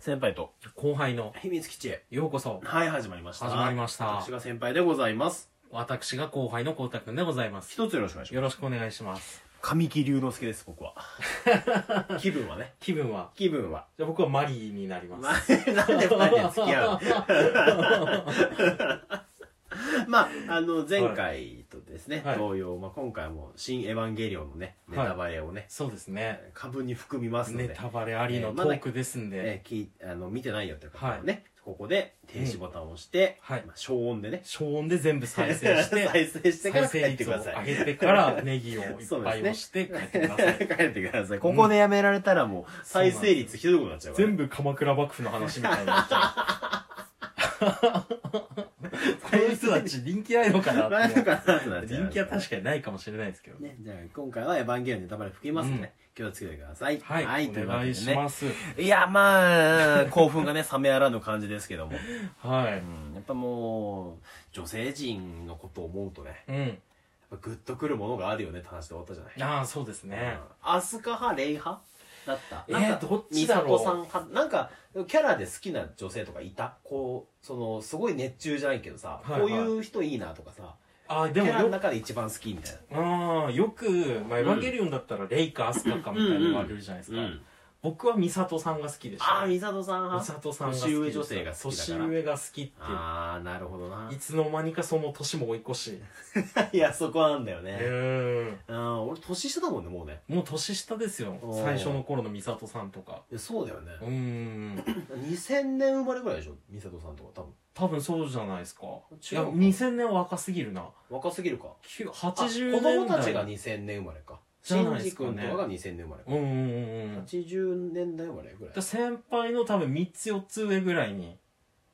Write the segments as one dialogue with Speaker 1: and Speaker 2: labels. Speaker 1: 先輩と
Speaker 2: 後輩の
Speaker 1: 秘密基地へ
Speaker 2: ようこそ
Speaker 1: はい始まりました
Speaker 2: 始まりました
Speaker 1: 私が先輩でございます
Speaker 2: 私が後輩の光太くんでございます
Speaker 1: 一つよろしくお願いします
Speaker 2: よろしくお願いします
Speaker 1: 神木隆之介です僕は 気分はね
Speaker 2: 気分は
Speaker 1: 気分は
Speaker 2: じゃあ僕はマリーになります、
Speaker 1: まあ、なんで二人で付き 合うのまああの前回とですね、
Speaker 2: はい
Speaker 1: 同様、まあ、今回も「新エヴァンゲリオン」のねネタバレをね、
Speaker 2: そうですね
Speaker 1: 過分に含みますの
Speaker 2: ネ
Speaker 1: で、
Speaker 2: タバレあり
Speaker 1: え
Speaker 2: の
Speaker 1: ー
Speaker 2: ト
Speaker 1: まだ
Speaker 2: ークですんで、
Speaker 1: えーきあの見てないよって方はね、ここで停止ボタンを押して、
Speaker 2: はい
Speaker 1: まあ、消音でね
Speaker 2: 消音で全部再生し て
Speaker 1: 再生してから
Speaker 2: 再
Speaker 1: 帰っ
Speaker 2: 生
Speaker 1: て
Speaker 2: 率
Speaker 1: く
Speaker 2: を
Speaker 1: ださ
Speaker 2: 上
Speaker 1: い
Speaker 2: げてからネギをいっぱい押して帰ってくださ い、
Speaker 1: 帰ってくださいここでやめられたらもう再生率ひどいことになっちゃうから、
Speaker 2: 全部鎌倉幕府の話みたいになっちゃ うこの人たち人気ないのかな
Speaker 1: なん
Speaker 2: って
Speaker 1: とか なってなっちゃう
Speaker 2: 人気は確かにないかもしれないですけどね
Speaker 1: ね、じゃあ今回はエヴァンゲリオンネタバレ吹きますので、気をつけてください。
Speaker 2: はい、
Speaker 1: とい
Speaker 2: お
Speaker 1: うわけ
Speaker 2: 願い
Speaker 1: で
Speaker 2: し
Speaker 1: ね。
Speaker 2: ます、
Speaker 1: いや、まあ、興奮がね、冷めやらぬ感じですけども。
Speaker 2: はい
Speaker 1: うん、やっぱもう、女性陣のことを思うとね、
Speaker 2: うん
Speaker 1: やっぱグッとくるものがあるよねって話で終わったじゃない。
Speaker 2: ああそうですね、
Speaker 1: うんアスカ派、レイ派だった。
Speaker 2: えー
Speaker 1: なんか
Speaker 2: どっちだろう
Speaker 1: ミサコさん派、なんか、キャラで好きな女性とかいたこう、その、すごい熱中じゃないけどさ、
Speaker 2: はいはい
Speaker 1: こういう人いいなとかさ、
Speaker 2: ああ
Speaker 1: キ
Speaker 2: でも
Speaker 1: ャラの
Speaker 2: よ
Speaker 1: 中で一番好きみたいな。
Speaker 2: ああよく「まあ、エヴァンゲリオン」だったらレイかアスカかみたいに言われるじゃないですか、僕はミサトさんが好きでした
Speaker 1: ああ、ミサトさん
Speaker 2: 美
Speaker 1: 派。
Speaker 2: 里さんが好き
Speaker 1: 年上女性が好きだから
Speaker 2: 年上が好きっていう
Speaker 1: ああなるほどない
Speaker 2: つの間にかその年も追い越し
Speaker 1: いやそこなんだよね、
Speaker 2: うん
Speaker 1: うん俺年下だもんねもうね
Speaker 2: もう年下ですよ
Speaker 1: おー
Speaker 2: 最初の頃の美里さんとか
Speaker 1: いやそうだよね
Speaker 2: うーん
Speaker 1: 2000年生まれぐらいでしょ美里さんとか多分
Speaker 2: 多分そうじゃないですかい
Speaker 1: 違う
Speaker 2: や
Speaker 1: の
Speaker 2: 2000年は若すぎるな
Speaker 1: 若すぎるか
Speaker 2: きゅ
Speaker 1: あ
Speaker 2: 80
Speaker 1: 子
Speaker 2: 年代
Speaker 1: 供たちが2000年生まれか
Speaker 2: じゃない
Speaker 1: 新
Speaker 2: で
Speaker 1: 次
Speaker 2: すか
Speaker 1: 君
Speaker 2: ね
Speaker 1: とかが2000年生まれか、
Speaker 2: うんうんうんうん
Speaker 1: 80年代生まれぐらい
Speaker 2: だ先輩の多分3つ4つ上ぐらいに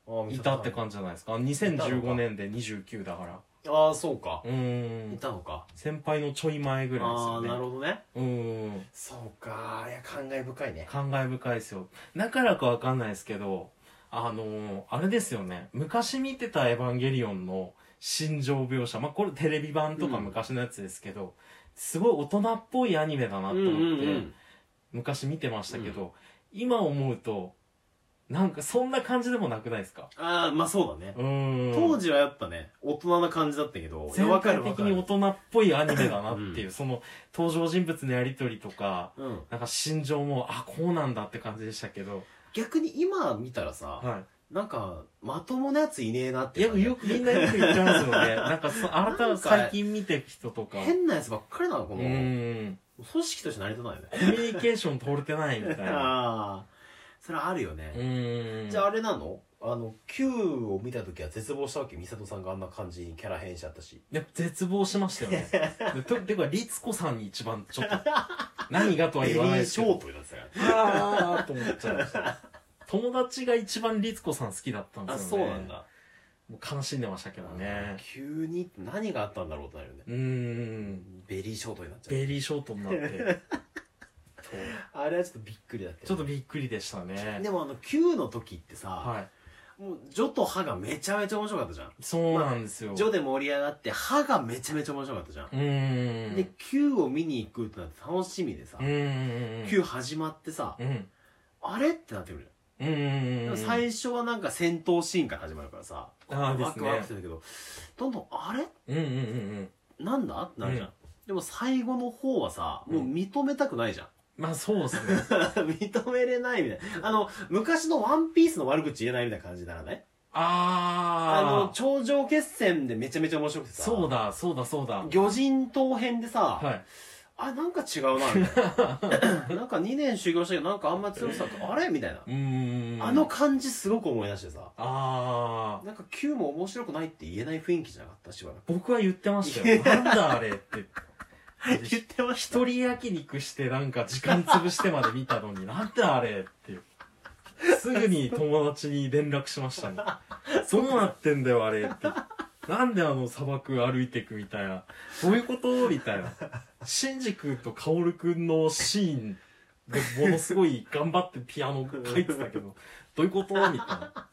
Speaker 1: あー美
Speaker 2: い
Speaker 1: 里さ
Speaker 2: た
Speaker 1: ん
Speaker 2: って感じじゃないですか
Speaker 1: いたの
Speaker 2: 2015
Speaker 1: か
Speaker 2: 年で29だから
Speaker 1: ああそうか
Speaker 2: うー
Speaker 1: い
Speaker 2: ん
Speaker 1: たのか
Speaker 2: 先輩のちょい前ぐらいで
Speaker 1: あ
Speaker 2: すよ
Speaker 1: あ
Speaker 2: ね
Speaker 1: なるほどね
Speaker 2: うーん
Speaker 1: そうかいや感慨深いね
Speaker 2: 感慨深いですよだからかわかんないですけどあのーあれですよね昔見てた「エヴァンゲリオン」の心情描写まあこれテレビ版とか
Speaker 1: うん
Speaker 2: 昔のやつですけど、すごい大人っぽいアニメだなと思って、昔見てましたけど、今思うとなんかそんな感じでもなくないですか
Speaker 1: ああまあそうだね
Speaker 2: う、ーん
Speaker 1: 当時はやっぱね大人な感じだったけどいや
Speaker 2: 全
Speaker 1: わか
Speaker 2: 体
Speaker 1: るわ
Speaker 2: 的
Speaker 1: かる
Speaker 2: に大人っぽいアニメだなっていう、
Speaker 1: う
Speaker 2: その登場人物のやりとりとか
Speaker 1: うん、
Speaker 2: なんか心情もあこうなんだって感じでしたけど、
Speaker 1: 逆に今見たらさ、
Speaker 2: はい、
Speaker 1: なんか、まともなやついねえなって
Speaker 2: いや
Speaker 1: 感じ。
Speaker 2: よくみんなよく言ってますよね なんかそあなた
Speaker 1: な
Speaker 2: は
Speaker 1: んか
Speaker 2: 最近見てる人とか
Speaker 1: 変なやつばっかりなの、
Speaker 2: う
Speaker 1: この、
Speaker 2: ーん
Speaker 1: 組織として成り立たないよね。
Speaker 2: コミュニケーション取れてないみたい な
Speaker 1: ああ、それあるよ
Speaker 2: う
Speaker 1: ね。
Speaker 2: ーん
Speaker 1: じゃああれなのあの、Q を見た時は絶望したわけ、ミサトさんがあんな感じにキャラ変しちゃったし。
Speaker 2: いや絶望しました よねでとてか律子さんに一番ちょっと何がとは
Speaker 1: ベリ
Speaker 2: 言わない
Speaker 1: ー
Speaker 2: です
Speaker 1: シ
Speaker 2: け
Speaker 1: ョー
Speaker 2: ど
Speaker 1: トになってたから。
Speaker 2: あーと思っちゃいました友達が一番律子さん好きだったん
Speaker 1: あ、
Speaker 2: です
Speaker 1: そ
Speaker 2: よ
Speaker 1: う
Speaker 2: ね
Speaker 1: なんだ。
Speaker 2: もう悲しんでましたけどね
Speaker 1: 急に何があったんだろうってなるよね。
Speaker 2: うーん
Speaker 1: ベリーショートになっちゃう。
Speaker 2: ベリーショートになって そう
Speaker 1: あれはちょっとびっくりだったよね
Speaker 2: ちょっとびっくりでしたね
Speaker 1: でもあの、Q の時ってさ、
Speaker 2: はい
Speaker 1: もう、ジョとハがめちゃめちゃ面白かったじゃん。
Speaker 2: そうなんですよ。
Speaker 1: ジョで盛り上がって、歯がめちゃめちゃ面白かったじゃん。
Speaker 2: うーん。
Speaker 1: で、Q を見に行くってなって楽しみでさ
Speaker 2: う、ーん。
Speaker 1: Q 始まってさ、
Speaker 2: うん。
Speaker 1: あれってなってくる
Speaker 2: うんうん
Speaker 1: じ
Speaker 2: う
Speaker 1: ゃん。
Speaker 2: んうん。
Speaker 1: でも最初はなんか戦闘シーンから始まるからさ、
Speaker 2: ああで
Speaker 1: ワ
Speaker 2: す
Speaker 1: クワ
Speaker 2: ね
Speaker 1: クして。たけど、どんどんあれ
Speaker 2: うんうんうんうん。
Speaker 1: なんだってなるじゃん
Speaker 2: うん。
Speaker 1: でも最後の方はさ、
Speaker 2: うん
Speaker 1: もう認めたくないじゃん。
Speaker 2: まあそうです ね。
Speaker 1: 認めれないみたいな。あの、昔のワンピースの悪口言えないみたいな感じにならないあの
Speaker 2: あ、あ。
Speaker 1: 頂上決戦でめちゃめちゃ面白くてさ、
Speaker 2: そうだ、そうだ、そうだ。
Speaker 1: 魚人島編でさ、
Speaker 2: はい。
Speaker 1: あ、なんか違うな、みたい な。なんか2年修行したけど、なんかあんま強さと、あれみたいな。
Speaker 2: うーん。
Speaker 1: あの、感じすごく思い出してさ、
Speaker 2: ああ。
Speaker 1: なんか Q も面白くないって言えない雰囲気じゃなかった、しばら
Speaker 2: 僕は言ってましたよ。なんだあれ って。
Speaker 1: く。ってまし
Speaker 2: 一人焼肉してなんか時間潰してまで見たのに、なんだあれっていう。すぐに友達に連絡しました ね。どうなってんだよあれって。なんであの砂漠歩いてくみたいな。どういうことみたいな。シンジ君とカオル君のシーンでものすごい頑張ってピアノ書いてたけど、どういうことみたいな。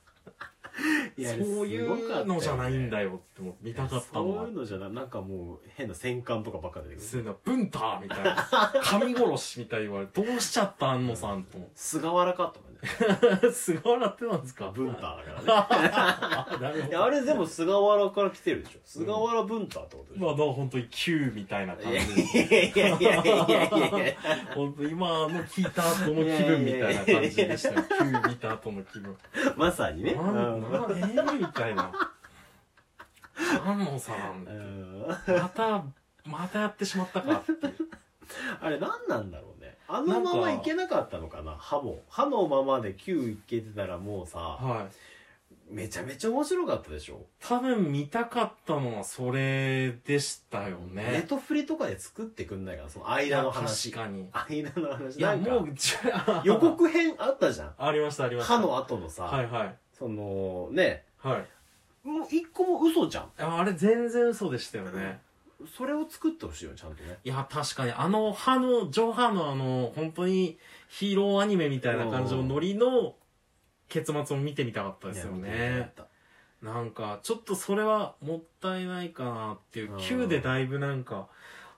Speaker 1: いや
Speaker 2: そういうのじゃないんだよって思って見たかったも
Speaker 1: そういうんのじゃななんかもう変な戦艦とかばっか出てく
Speaker 2: そう
Speaker 1: る
Speaker 2: いうのブンターみた いな神殺しみたいに言われてどうしちゃった安野さんと思
Speaker 1: 菅原かとかね
Speaker 2: ってすごい笑ってたんですか
Speaker 1: 文太だから
Speaker 2: あ なる
Speaker 1: ねい
Speaker 2: ほど
Speaker 1: やあれでも菅原から来てるでしょ菅原文太ってことでし
Speaker 2: まあ
Speaker 1: ょ、
Speaker 2: だから本当に Q みたいな感
Speaker 1: い
Speaker 2: じ
Speaker 1: やいやいやいやいやいやいや
Speaker 2: 本当今の聞いた後の気分みたいな感じでしたよ Q 見た後の気分
Speaker 1: まさにね
Speaker 2: なん
Speaker 1: うん
Speaker 2: なんえーみたいな安野さん
Speaker 1: うん
Speaker 2: またまたやってしまったかっていう
Speaker 1: あれ何なんだろうねあのままいけなかったのかな歯も歯のままで9いけてたらもうさ
Speaker 2: はい
Speaker 1: めちゃめちゃ面白かったでしょ
Speaker 2: 多分見たかったのはそれでしたよ
Speaker 1: ネ
Speaker 2: ね。
Speaker 1: トフリとかで作ってくんないかなその間の話
Speaker 2: 確かに。
Speaker 1: 間の話
Speaker 2: いや、
Speaker 1: なんか
Speaker 2: もう、 じゃ
Speaker 1: 予。告編あったじゃん
Speaker 2: ありました、ありました。
Speaker 1: 歯の後のさ、
Speaker 2: はいはい。
Speaker 1: そのね
Speaker 2: はい。
Speaker 1: もう一個も嘘じゃん
Speaker 2: ああれ全然嘘でしたよね。
Speaker 1: それを作ってほしいよねちゃんとね
Speaker 2: いや、確かに、あの、歯の、上歯のあの、本当にヒーローアニメみたいな感じのノリの結末を見てみたかったですよ
Speaker 1: いや見
Speaker 2: ね
Speaker 1: て。なかっ
Speaker 2: なんか、ちょっとそれはもったいないかなっていうう、
Speaker 1: ん
Speaker 2: Q でだいぶなんか、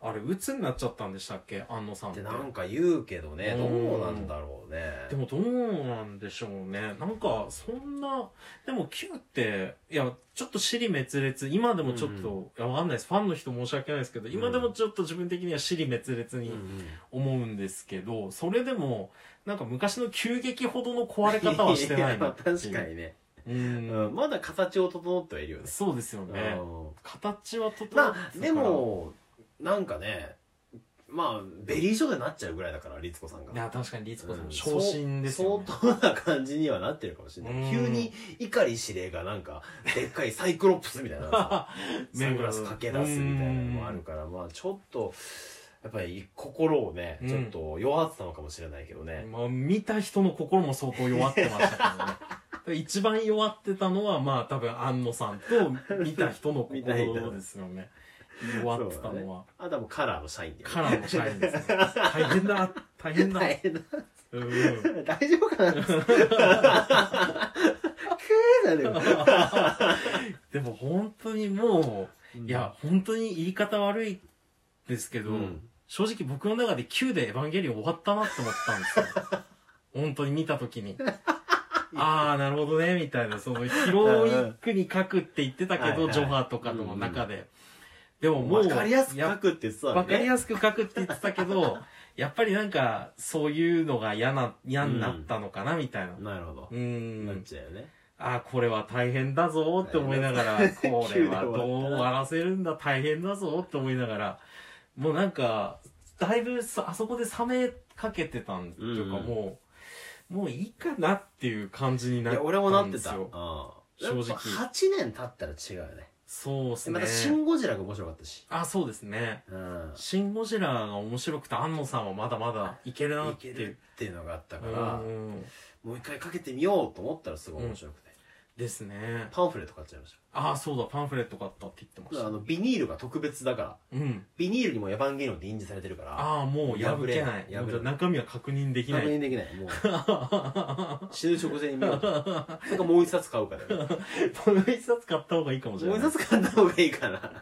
Speaker 2: あれ、鬱になっちゃったんでしたっけ安野さん
Speaker 1: た
Speaker 2: っ。
Speaker 1: っててなんか言うけどねどうなんだろうね
Speaker 2: でもどうなんでしょうね。なんか、そんな、でも Q って、いや、ちょっと尻滅裂、今でもちょっと、
Speaker 1: うん
Speaker 2: いや、わかんないです。ファンの人申し訳ないですけど、今でもちょっと自分的には尻滅裂
Speaker 1: うんう
Speaker 2: に
Speaker 1: ん
Speaker 2: 思うんですけど、それでも、なんか昔の急激ほどの壊れ方はし てないなっていう。
Speaker 1: 確かにね、
Speaker 2: う
Speaker 1: うん
Speaker 2: ん。
Speaker 1: まだ形を整ってはいるよね
Speaker 2: そうですよね。
Speaker 1: う
Speaker 2: 形は整って
Speaker 1: ん
Speaker 2: たから
Speaker 1: まあで、もなんかねまあベリー状態になっちゃうぐらいだから律子さんが
Speaker 2: いや、確かに律子さん、
Speaker 1: うん
Speaker 2: 昇進ですよね。
Speaker 1: 相当な感じにはなってるかもしれない、
Speaker 2: うん
Speaker 1: 急に碇司令がなんかでっかいサイクロプスみたいな さサングラスかけ出すみたいなのもあるからまあちょっとやっぱり心をね
Speaker 2: うん
Speaker 1: ちょっと弱ってたのかもしれないけどね、
Speaker 2: まあ、見た人の心も相当弱ってましたけどね。 一番弱ってたのは、まあ多分、安野さん と見た人の
Speaker 1: 見た人
Speaker 2: 心ですよね。弱ってたのは、
Speaker 1: あとはもうカラーの社員だよね
Speaker 2: カラーの社員です ね。大変だ、大変だ。
Speaker 1: 大変だ
Speaker 2: うんう ん。
Speaker 1: 大丈夫かなクーだね
Speaker 2: でも本当にもう、いや、本当に言い方悪いですけ
Speaker 1: う
Speaker 2: ど、
Speaker 1: ん
Speaker 2: 正直僕の中で9でエヴァンゲリオン終わったなって思ったんで すよ。本当に見た時に。ああ、なるほどね、みたいな、その、ヒロイックに書くって言ってたけ
Speaker 1: はい
Speaker 2: ど、
Speaker 1: はい
Speaker 2: ジョハとかとの中で。でももう、
Speaker 1: 分かりやすく書くってさ
Speaker 2: わかりやすく書くって言ってたけど、やっぱりなんか、そういうのが嫌な、嫌になったのかな、みたいな。
Speaker 1: なるほど
Speaker 2: う
Speaker 1: なっ
Speaker 2: ん。
Speaker 1: ちゃうよね
Speaker 2: ああ、これは大変だぞって思いな がら、これはどう終わらせるんだ、大変だぞって思いながら、もうなんか、だいぶさあそこで冷めかけてたんっていうか、
Speaker 1: うん
Speaker 2: もう、もういいかなっていう感じに
Speaker 1: い
Speaker 2: なっ
Speaker 1: や
Speaker 2: た
Speaker 1: 俺もなっ
Speaker 2: んで
Speaker 1: て
Speaker 2: す
Speaker 1: た
Speaker 2: よ。
Speaker 1: 正直
Speaker 2: 正直
Speaker 1: 8年経ったら違うよね
Speaker 2: そうです
Speaker 1: ま
Speaker 2: ね
Speaker 1: た「シ。ン・ゴジラ」が面白かったし
Speaker 2: あ、そうですね。
Speaker 1: うん
Speaker 2: シン・ゴジラが面白くて、安野さんはまだまだいけるなっ
Speaker 1: い
Speaker 2: て
Speaker 1: ける
Speaker 2: いう。
Speaker 1: っていうのがあった
Speaker 2: う
Speaker 1: から
Speaker 2: ん、
Speaker 1: もう一回かけてみようと思ったらすごい面白くて
Speaker 2: ですね。
Speaker 1: パンフレット買っちゃいまし
Speaker 2: ああ、そうだ、パンフレット買ったって言ってましたた
Speaker 1: あ。のビニールが特別だから
Speaker 2: うん。
Speaker 1: ビニールにもエヴァンゲリオンって印字されてるから
Speaker 2: ああ、もう破けない
Speaker 1: 破。れない
Speaker 2: もうじゃあ中身は確認できな
Speaker 1: 確
Speaker 2: い。
Speaker 1: 認できないもう死ぬ直前に見ようとそれかもう一冊買うから
Speaker 2: この一冊買った方がいいかもしれ
Speaker 1: も
Speaker 2: な
Speaker 1: う
Speaker 2: い。
Speaker 1: 一冊買った方がいいかな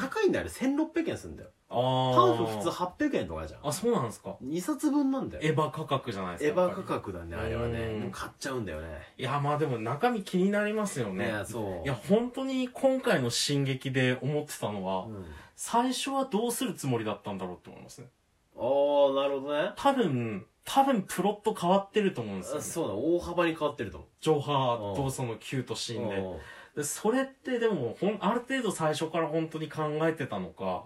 Speaker 1: 高いんだよあれ1600円するんだよ
Speaker 2: ああ。
Speaker 1: パンフ普通800円とかじゃん
Speaker 2: あ、そうなんですか。
Speaker 1: 2冊分なんだよ
Speaker 2: エヴァ価格じゃないですか。
Speaker 1: エヴ
Speaker 2: やっ
Speaker 1: ァ
Speaker 2: ぱ
Speaker 1: 価
Speaker 2: り。
Speaker 1: 格だねあれはね
Speaker 2: うん
Speaker 1: もう買っちゃうんだよね
Speaker 2: いや、まあでも中身気になりますよ
Speaker 1: ね
Speaker 2: ね。
Speaker 1: そう
Speaker 2: いや、本当に今回の進撃で思ってたのは
Speaker 1: う、ん、あ
Speaker 2: 最初はどうするつもりだったんだろうって思いますね。
Speaker 1: あなるほどね
Speaker 2: 多分、多分プロット変わってると思うんですよ、
Speaker 1: あ
Speaker 2: ね。
Speaker 1: そうだ大幅に変わってると
Speaker 2: ジョハ
Speaker 1: う
Speaker 2: と
Speaker 1: ん
Speaker 2: その Q とシー
Speaker 1: 思
Speaker 2: ン
Speaker 1: う
Speaker 2: で。
Speaker 1: うん
Speaker 2: でそれってでも、ほん、ある程度最初から本当に考えてたのか、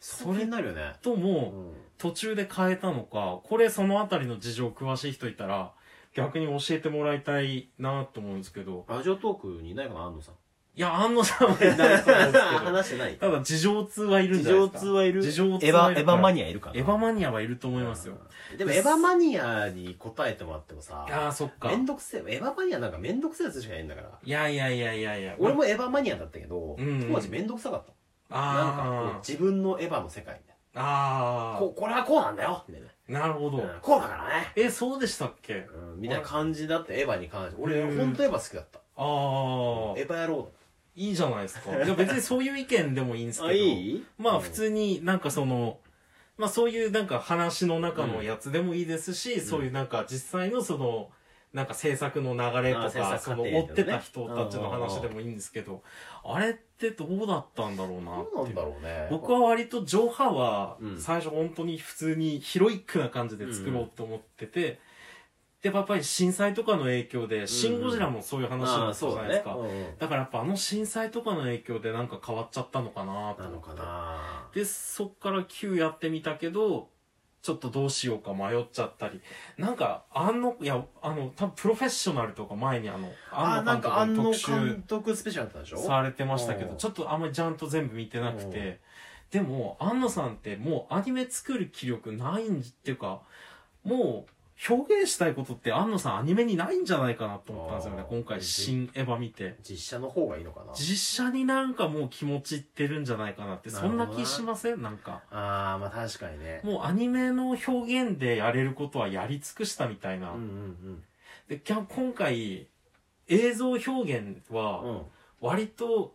Speaker 1: それになるよね
Speaker 2: と
Speaker 1: う
Speaker 2: も、
Speaker 1: ん
Speaker 2: 途中で変えたのか、これそのあたりの事情詳しい人いたら、逆に教えてもらいたいなと思うんですけど、
Speaker 1: ラジオトークにいないかな安野さん
Speaker 2: いや、安野さんはいないと思うんですけど、
Speaker 1: 話してない
Speaker 2: ただ事情通はいるん
Speaker 1: 事
Speaker 2: じゃないで
Speaker 1: 情
Speaker 2: すか。
Speaker 1: 通はいる
Speaker 2: 事情通
Speaker 1: エヴ
Speaker 2: は
Speaker 1: ァ
Speaker 2: い
Speaker 1: エ
Speaker 2: る
Speaker 1: ヴ
Speaker 2: から
Speaker 1: ァマニアいるかな
Speaker 2: エヴァマニアはいると思いますよ。
Speaker 1: うんでもエヴァマニアに答えてもらってもさ
Speaker 2: ああ、そっか
Speaker 1: め。んどくせえエヴァマニアなんかめんどくせえやつしかいないんだから
Speaker 2: いやいやいやいやいや。
Speaker 1: 俺もエヴァマニアだったけど、
Speaker 2: うんうん
Speaker 1: 当時めんどくさかったなんかこう
Speaker 2: あ
Speaker 1: 自分のエヴァの世界みたい
Speaker 2: あ、
Speaker 1: な
Speaker 2: あ
Speaker 1: こうこれはこうなんだよみたいな
Speaker 2: あ、なるほど。
Speaker 1: うんこうだからね、
Speaker 2: え、そうでしたっけ
Speaker 1: うんみたいな感じだってエヴァに関して俺
Speaker 2: うん
Speaker 1: 本当エヴァ好きだった
Speaker 2: あああ
Speaker 1: エヴァ野郎
Speaker 2: いいじゃないですかじゃあ別にそういう意見でもいいんですけ
Speaker 1: あ
Speaker 2: ど
Speaker 1: いい
Speaker 2: まあ普通になんかその、まあそういうなんか話の中のやつでもいいですし、そういうなんか実際のその、なんか制作の流れ
Speaker 1: あ
Speaker 2: と
Speaker 1: ー制
Speaker 2: か、
Speaker 1: 作
Speaker 2: その
Speaker 1: 過程
Speaker 2: 追ってた人たちの話でもいいんですけど、あれってどうだったんだろうな
Speaker 1: どう
Speaker 2: っ
Speaker 1: な
Speaker 2: て
Speaker 1: んだろうね
Speaker 2: 僕は割と上波は
Speaker 1: うん
Speaker 2: 最初本当に普通にヒロイックな感じで作ろうと思ってて、で、やっぱり震災とかの影響で、シン・ゴジラもそういう話
Speaker 1: あ
Speaker 2: だ
Speaker 1: あ
Speaker 2: った
Speaker 1: そ
Speaker 2: じ
Speaker 1: う
Speaker 2: ゃな
Speaker 1: だ
Speaker 2: いです
Speaker 1: ね
Speaker 2: か。
Speaker 1: うんうん
Speaker 2: だからやっぱあの震災とかの影響でなんか変わっちゃったのかなと
Speaker 1: な
Speaker 2: 思
Speaker 1: の
Speaker 2: って
Speaker 1: かな
Speaker 2: でそっから9やってみたけどちょっとどうしようか迷っちゃったりなんかあのいやあの多分プロフェッショナルとか前にあの
Speaker 1: あ
Speaker 2: 安野
Speaker 1: なん
Speaker 2: 監
Speaker 1: か安
Speaker 2: 督の
Speaker 1: 野
Speaker 2: 特集
Speaker 1: 監督スペシャルだったでしょ
Speaker 2: されてましたけ
Speaker 1: う
Speaker 2: ど
Speaker 1: ん
Speaker 2: ちょっとあんまりちゃんと全部見てなく
Speaker 1: う
Speaker 2: てでも安野さんってもうアニメ作る気力ないんじっていうかもう表現したいことって安野さんアニメにないんじゃないかなと思ったんですよね
Speaker 1: あー
Speaker 2: 今回「新エヴァ」見て。
Speaker 1: 実写の方がいいのかな
Speaker 2: 実写になんかもう気持ちいってるんじゃないかなってそんな気しませんなんか
Speaker 1: ああまあ確かにね
Speaker 2: もうアニメの表現でやれることはやり尽くしたみたいな。
Speaker 1: うんうん
Speaker 2: で、きゃ今回、映像表現
Speaker 1: うんう
Speaker 2: は、
Speaker 1: ん
Speaker 2: 割と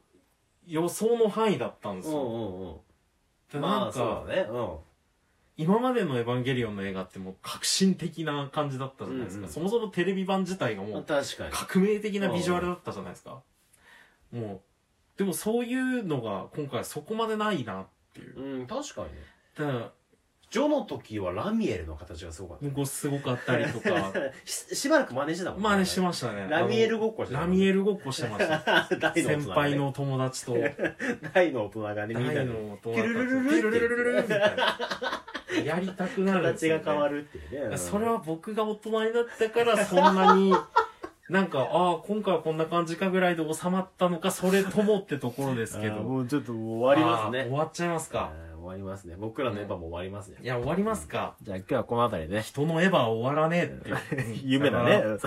Speaker 2: 予想の範囲だったんです
Speaker 1: うん
Speaker 2: よ。
Speaker 1: うんうん
Speaker 2: で
Speaker 1: ま
Speaker 2: な
Speaker 1: あ
Speaker 2: ん
Speaker 1: そ
Speaker 2: か
Speaker 1: う、だねうん
Speaker 2: 今までのエヴァンゲリオンの映画ってもう革新的な感じだったじゃないです
Speaker 1: うんう
Speaker 2: か。
Speaker 1: ん
Speaker 2: そもそもテレビ版自体が
Speaker 1: ま
Speaker 2: も
Speaker 1: あ
Speaker 2: う
Speaker 1: 確かに
Speaker 2: 革命的なビジュアルだったじゃないですか。もう、でもそういうのが今回そこまでないなっていう。
Speaker 1: うん確かにね
Speaker 2: だから、
Speaker 1: ジョの時はラミエルの形がすごかっ
Speaker 2: 向こうすごかったりとか、
Speaker 1: た ししばらく真似してたもん
Speaker 2: まあね、し
Speaker 1: ま
Speaker 2: ましたね。
Speaker 1: ラミエルごっこしてた
Speaker 2: ラミエルごっこしてました。
Speaker 1: 大 の大人がね
Speaker 2: 先輩の友達と、
Speaker 1: 大の大人がねみんな
Speaker 2: 大
Speaker 1: で
Speaker 2: の友達と、
Speaker 1: ピュルルルル
Speaker 2: ピュルルルルルルみたいな。やりたくなるんです
Speaker 1: 形
Speaker 2: よ
Speaker 1: が
Speaker 2: ね。
Speaker 1: 変わるっていうね
Speaker 2: それは僕が大人になったから、そんなに、なんか、ああ、今回はこんな感じかぐらいで収まったのか、それともってところですけ
Speaker 1: あー
Speaker 2: ど。
Speaker 1: もうちょっともう終わります
Speaker 2: あー終
Speaker 1: ね
Speaker 2: わっちゃいますか。
Speaker 1: あー終わりますね僕らのエヴァも終わりますね
Speaker 2: いや、終わりますか。
Speaker 1: じゃあ今日はこの辺りでね
Speaker 2: 人のエヴァは終わらねえっていう
Speaker 1: 。夢だね。